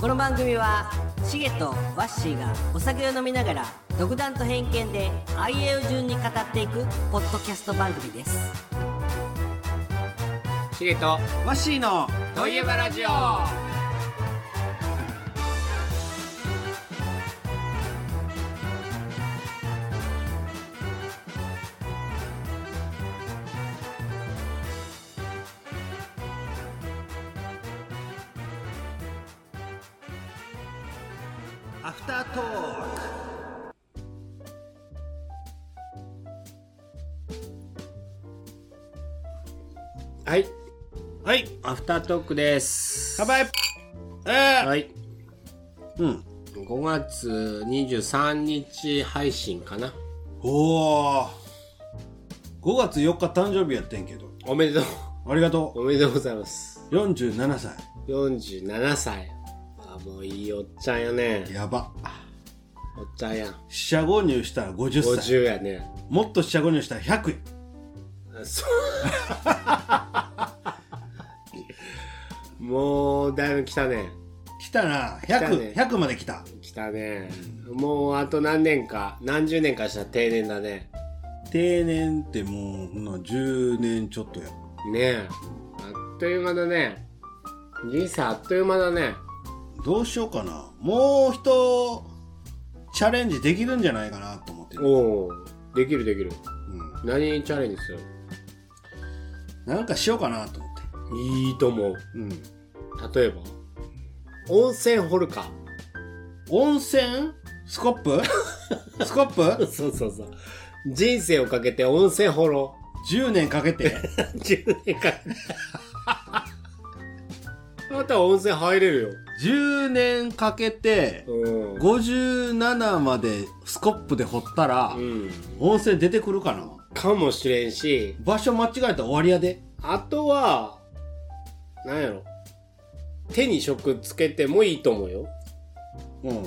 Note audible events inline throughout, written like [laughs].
この番組はシゲとワッシーがお酒を飲みながら独断と偏見で IA を順に語っていくポッドキャスト番組ですシゲとワッシーのといえばラジオアフタートークはいはいアフタートークです乾杯えーはいうん5月23日配信かなおお5月4日誕生日やってんけどおめでとうありがとおめでとうございますう47歳47歳あもういいおっちゃんやねやばおっちゃんやん四捨五入したら50歳50やねもっと四捨五入したら100そうもうだいぶ来たね来たなたね100、100まで来た来たねもうあと何年か何十年かしたら定年だね定年ってもうほんな10年ちょっとやねえあっという間だね人生あっという間だねどうしようかなもう人チャレンジできるんじゃないかなと思ってる、おおできるできるうん、何にチャレンジするなんかしようかなと思っていいと思ううん例えば温泉掘るか温泉スコップスコッ [laughs] プそうそうそう人生をかけて温泉掘ろ [laughs] う ?10 年かけて。 10年か [laughs] また温泉入れるよ10年かけて、うん57までスコップで掘ったら、うん温泉出てくるかなかもしれんし場所間違えたら終わりやで。あとは、なんやろ。手に職つけてもいいと思うよ。うん。うん。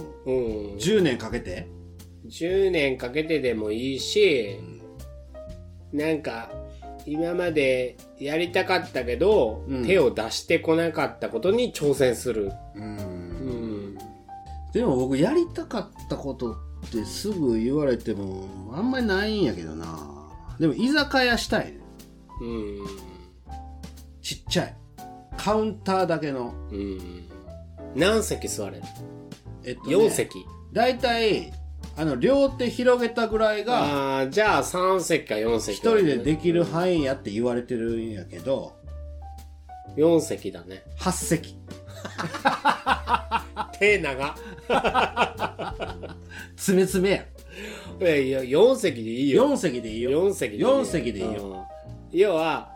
10年かけて。 10年かけてでもいいし、なんか、今までやりたかったけど、うん手を出してこなかったことに挑戦する。うん。うん。でも僕やりたかったことってすぐ言われても、あんまりないんやけどな。でも居酒屋したいね。うん。ちっちゃい。カウンターだけの。うん。何席座れる、えっとね ?4 席。大体あの両手広げたぐらいあがあ、じゃあ3席か4席一人でできる範囲やって言われてるんやけど4席だね。 8席手長。詰め詰めやいやいや、4席でいいよ。 4席でいいよ4席でいい4席でいいよ、よ、うん要は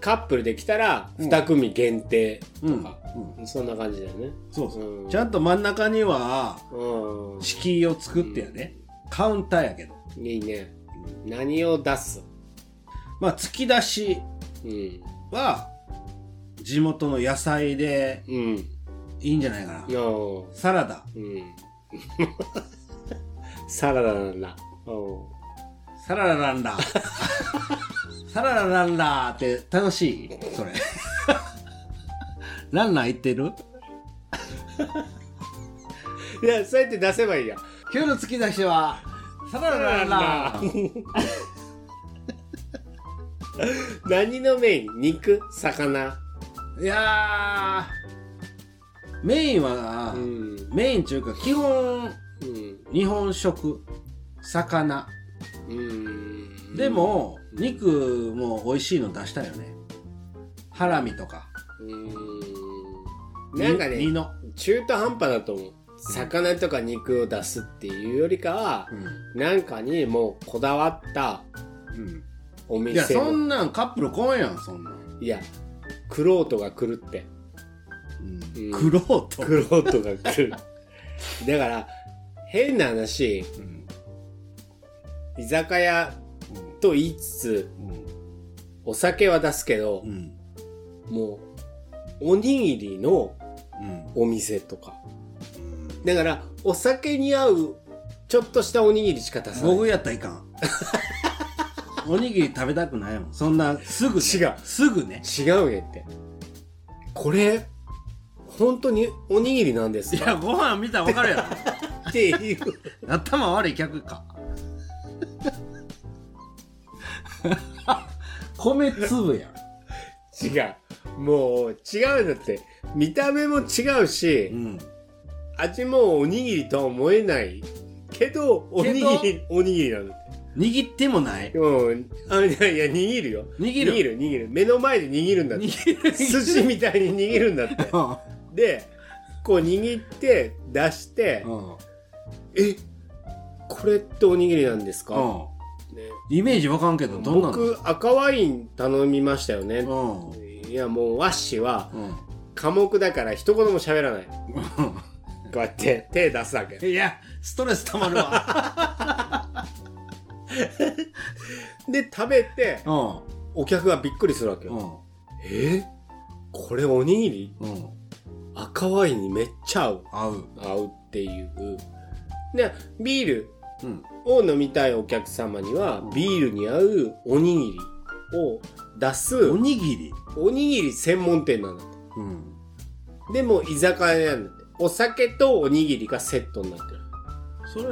カップルで来たら2組限定とか、うんそんな感じだよねそうそううんちゃんと真ん中にはう敷居を作ってやねカウンターやけどんいいね何を出すまあ突き出しうんは地元の野菜でうんいいんじゃないかなうんサラダうん [laughs] サラダなんだうサラダなんだ [laughs] サラダなんだって楽しいそれランナー行ってるんいやそうやって出せばいいや今日の月出しはサラダランラ何のメイン肉魚いやーメインは、うんメインというか基本うん日本食魚うんでも、肉も美味しいの出したいよねハラミとかうんなんかねに身の、中途半端だと思う魚とか肉を出すっていうよりかはう、んなんかにもうこだわったうんおいや店そのんなんカップル来んやんそんなん、いやクロートが来るってうんうんクロート、クロートが来るだから変な話うん居酒屋と言いつつお酒は出すけどうんう、んもうおにぎりのうんお店とかだからお酒に合うちょっとしたおにぎりしか出さない僕やったらいか [laughs] んおにぎり食べたくないもんそんなすぐね違うすぐね違うねってこれ本当におにぎりなんですいやかご飯見たら分かるやって [laughs] いうろ頭悪い客か [laughs] 米粒や違うもう違うんだって見た目も違うし、うん味もおにぎりとは思えないけどおにぎりおにぎりなんだって握ってもないうんあいやいや握るよ握る握る握る目の前で握るんだって [laughs] 握る寿司みたいに握るんだってうんでこう握って出して [laughs] うん「えこれっておにぎりなんですかうんねイメージわかんけどどんなの僕赤ワイン頼みましたよねうんいやもうワッシーはうん寡黙だから一言も喋らないこうんうやって手出すだけいや、ストレス溜まるわ。で食べてうお客がびっくりするわけよん。えこれおにぎりうん。うん。赤ワインにめっちゃ合う合う。合うっていうでビールうん。を飲みたいお客様にはビールに合うおにぎりを出すおにぎり。おにぎり専門店なんだってうん。でも居酒屋なんだってお酒とおにぎりがセットになってるそれ、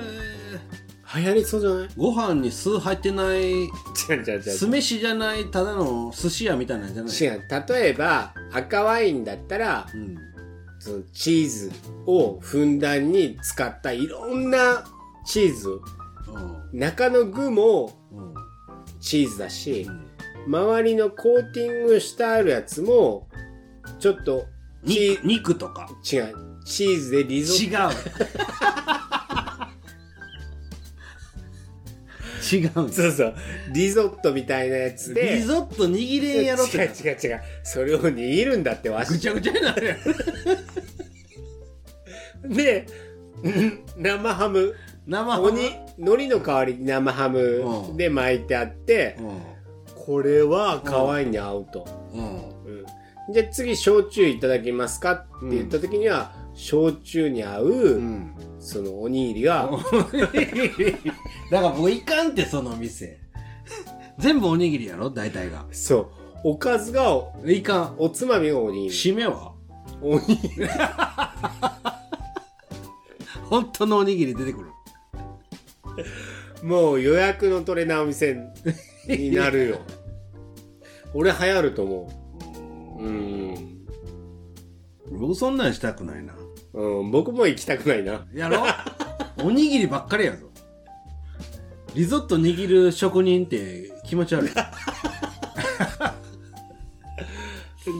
流行りそうじゃないご飯に酢入ってない、違う違う違う酢飯じゃない、ただの寿司屋みたいなんじゃな違いう例えば赤ワインだったらうん。そのチーズをふんだんに使ったいろんなチーズうん。中の具もうん。チーズだしう、ん周りのコーティングしてあるやつも、ちょっとチ肉肉とか。ー、違う、チーズでリ [laughs] ゾ違ッう。違うんト、そうそう、リゾットみたいなやつで、リゾット握れんやろって違う違う違う、それを握るんだってわぐし。ちゃぐちゃになるやんで、うん生ハム、生ハムおに、海苔の代わりに生ハうムんで巻いてあって、これは可愛いに合うと。うんうんうんじゃあ次、焼酎いただきますかって言った時には、焼酎に合う、うんそのおにぎりが、だから僕いかんってその店全部おにぎりやろ大体がそう。おかずがお、いかんおつまみがおにぎり。締めはおにぎり。 [laughs] 本当のおにぎり出てくるもう予約の取れないお店になるよ。 [laughs] 俺流行ると思う。うん。僕そんなんしたくないなうん、僕も行きたくないな。やろおにぎりばっかりやぞリゾット握る職人って気持ち悪い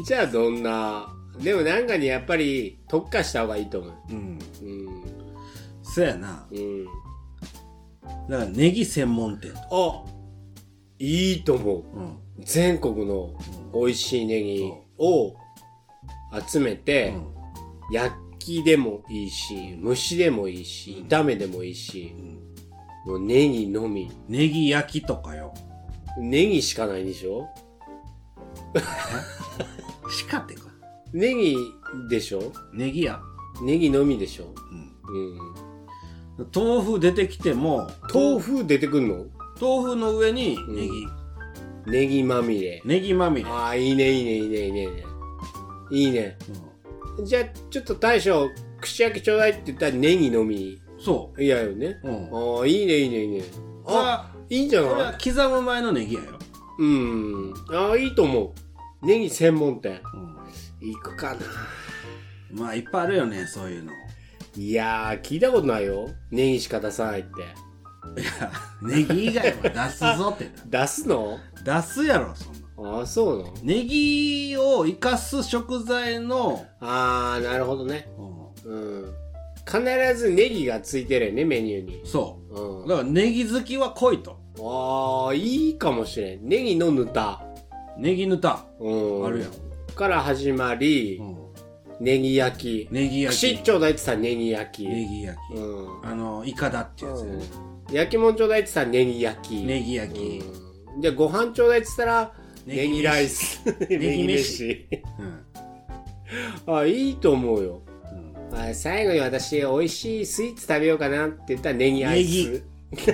じゃあどんな、でもなんかにやっぱり特化した方がいいと思うんう。うん。そやなうん。だからネギ専門店とあいいと思う。うん全国の美味しいネギを集めうて、ん焼きでもいいし、蒸しでもいいし、炒めでもいいし、うんもうネギのみ。ネギ焼きとかよネギしかないでしょしかってかネギでしょネギや、ネギのみでしょうんうん。豆腐出てきても豆腐出てくんの豆腐の上にネギ、ネギまみれ。ネギまみれ、ああ、いいね、いいね、いいね、いいね。いいね。じゃあ、ちょっと大将、串焼きちょうだいって言ったらネギのみ。うんそいやよね。う、うん、こああ、いいね、いいね、いいね。れあ、はいいんじゃこれはない刻む前のネギやよ、うん。ああ、いいと思う。ネギ専門店。う行くかな。ん、まあいっぱいあるよねそういうのいやー、聞いたことないよ。ネギしか出さないって。いやネギ以外は出すぞ [laughs] って出すの出すやろそんなああ、そうなのネギを生かす食材の、あー、なるほどね。ううん。必ずネギがついてるよね、メニューにん、。そうんうだ。からネギ好きは来いとああ、いいかもしれん。ネギのぬた。ネギぬたうん。あるやん、から始まりう、ん、ネギ焼き。ネギ串焼っきちょうだいって言ったらネギ焼き。ネギ焼き、うん。あのイカだってやつやね、焼きもんちょうだいって言ったらネギ焼き。ネギ焼き、うん。じゃあご飯ちょうだいって言ったら、ネギライス。ネギギ飯飯。うんあ、いいと思うよ。うんあ最後に私、美味しいスイーツ食べようかなって言ったらネギアイネ [laughs] ス。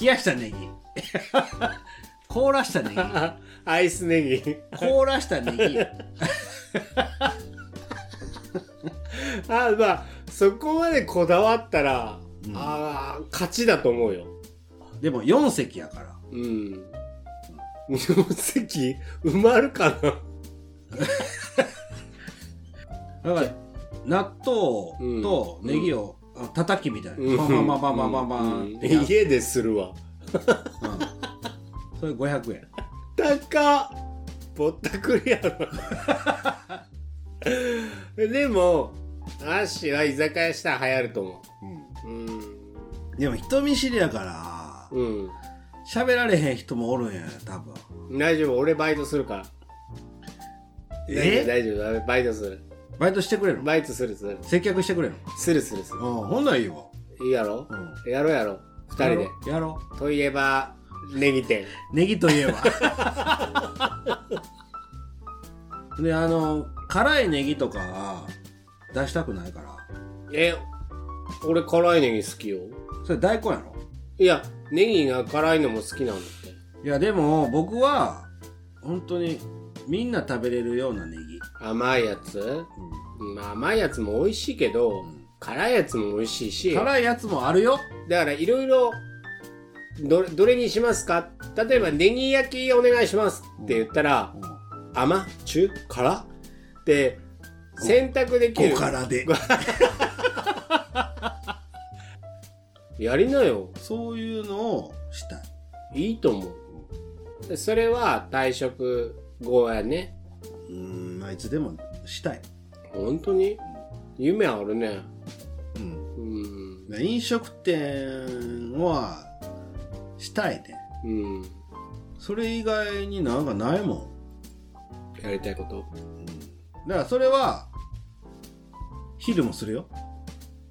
冷やしたネギ [laughs] 凍らしたネギあアイスネギ。凍らしたネギあまあそこまでこだわったら、うんああ勝ちだと思うよでも4席やからうん4席埋まるかなだから納豆とネギを、あ叩きみたいな、バンバンバンバンバンバンバンってやうんって家でするわそれ500円高っぼったくりやろ [laughs] でもアッシーは居酒屋したら流行ると思うでも人見知りやからうんうん喋られへん人もおるんや多分大丈夫俺バイトするからえ大丈夫大丈夫バイトするバイトしてくれるのバイトするする接客してくれるするするするのうんほんならいいわいいやろ、やろうやろう二人でやろといえばネギ店うネギといえ [laughs] ばであの辛いネギとかは出したくないからえ俺辛いネギ好きよそれ大根やろいやネギが辛いのも好きなんだっていやでも僕は本当にみんな食べれるようなネギ、甘いやつまあ甘いやつも美味しいけど、辛いやつも美味しいしだか辛いやつもあるよらいろいろどれどれにしますか例えばネギ焼きお願いしますって言ったら、甘中辛って選択できる5辛でやりなよそういうのをしたいいいと思うでそれは退職後やねうーんまあいつでもしたい、本当に夢あるねうん、うん飲食店はしたいねうんそれ以外になんかないもんやりたいことだからそれは昼もするよ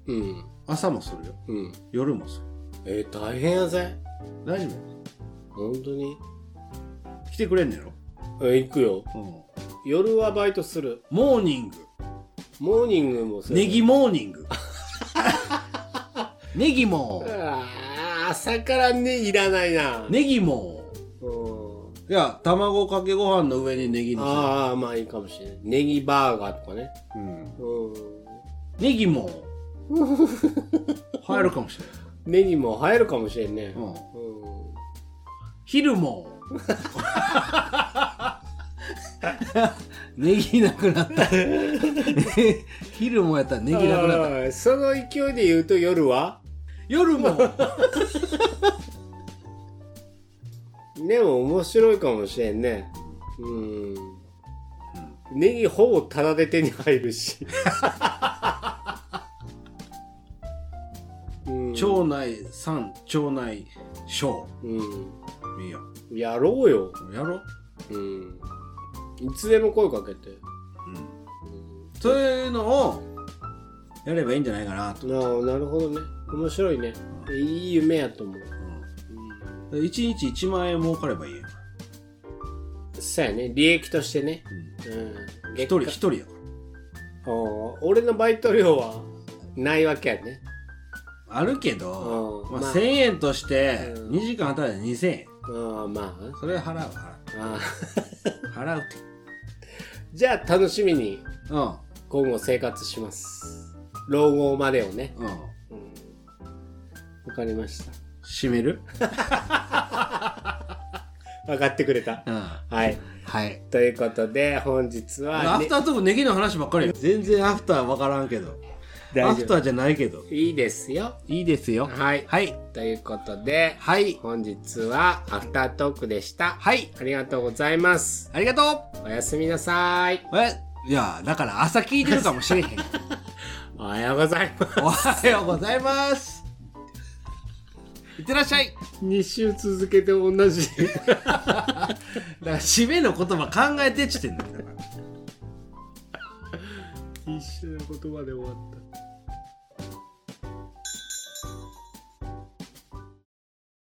うん朝もするようん夜もするえー大変やぜ大丈本当に夫来てくれんねやろ、え行くよう夜はバイトするん、モーニングモーニングもするネギモーニング [laughs] ネギもあー朝からねいらないな、ネギもうんいや卵かけご飯の上にネギにするああまあいいかもしれないネギバーガーとかねうネギも [laughs] 入るかもしれんネギも入るかもしれんねない、うん、うん昼も [laughs] ネギなくなった [laughs] 昼もやったらネギなくなったあーその勢いで言うと夜は夜 [laughs] もでも面白いかもしれんねうんネギほぼタダで手に入るし [laughs] うん町内三町内小ういいやんやろうよやろう、うんいつでも声かけてそういうのをやればいいんじゃないかなと、なあなるほどね面白いねいい夢やと思ううん、1日1万円儲かればいいやんそうやね利益としてねうん一月人間一人やかあー俺のバイト料はないわけやねらあるけど、うんまあまあ1000円としてうん2時間働いたら2000円ああまそれは払う払ああーう払うってじゃあ楽しみにうん今後生活します老後までをねうんわかりました閉める分かってくれたうんははいいということで本日はアね、フターとかネギの話ばっかりよ全然アフター分からんけどア大フ丈ターじゃないけど夫いいですよいいですよはいはいということではい本日はアフタートークでしたはいありがとうございますありがとおやすみなさいうえいやだから朝聞いてるかもしれへん [laughs] おはようございますおはようございますいってらっしゃい2週続けて同じ [laughs] だから締めの言葉考えてっちゅってんだよだから一緒の言葉で終わった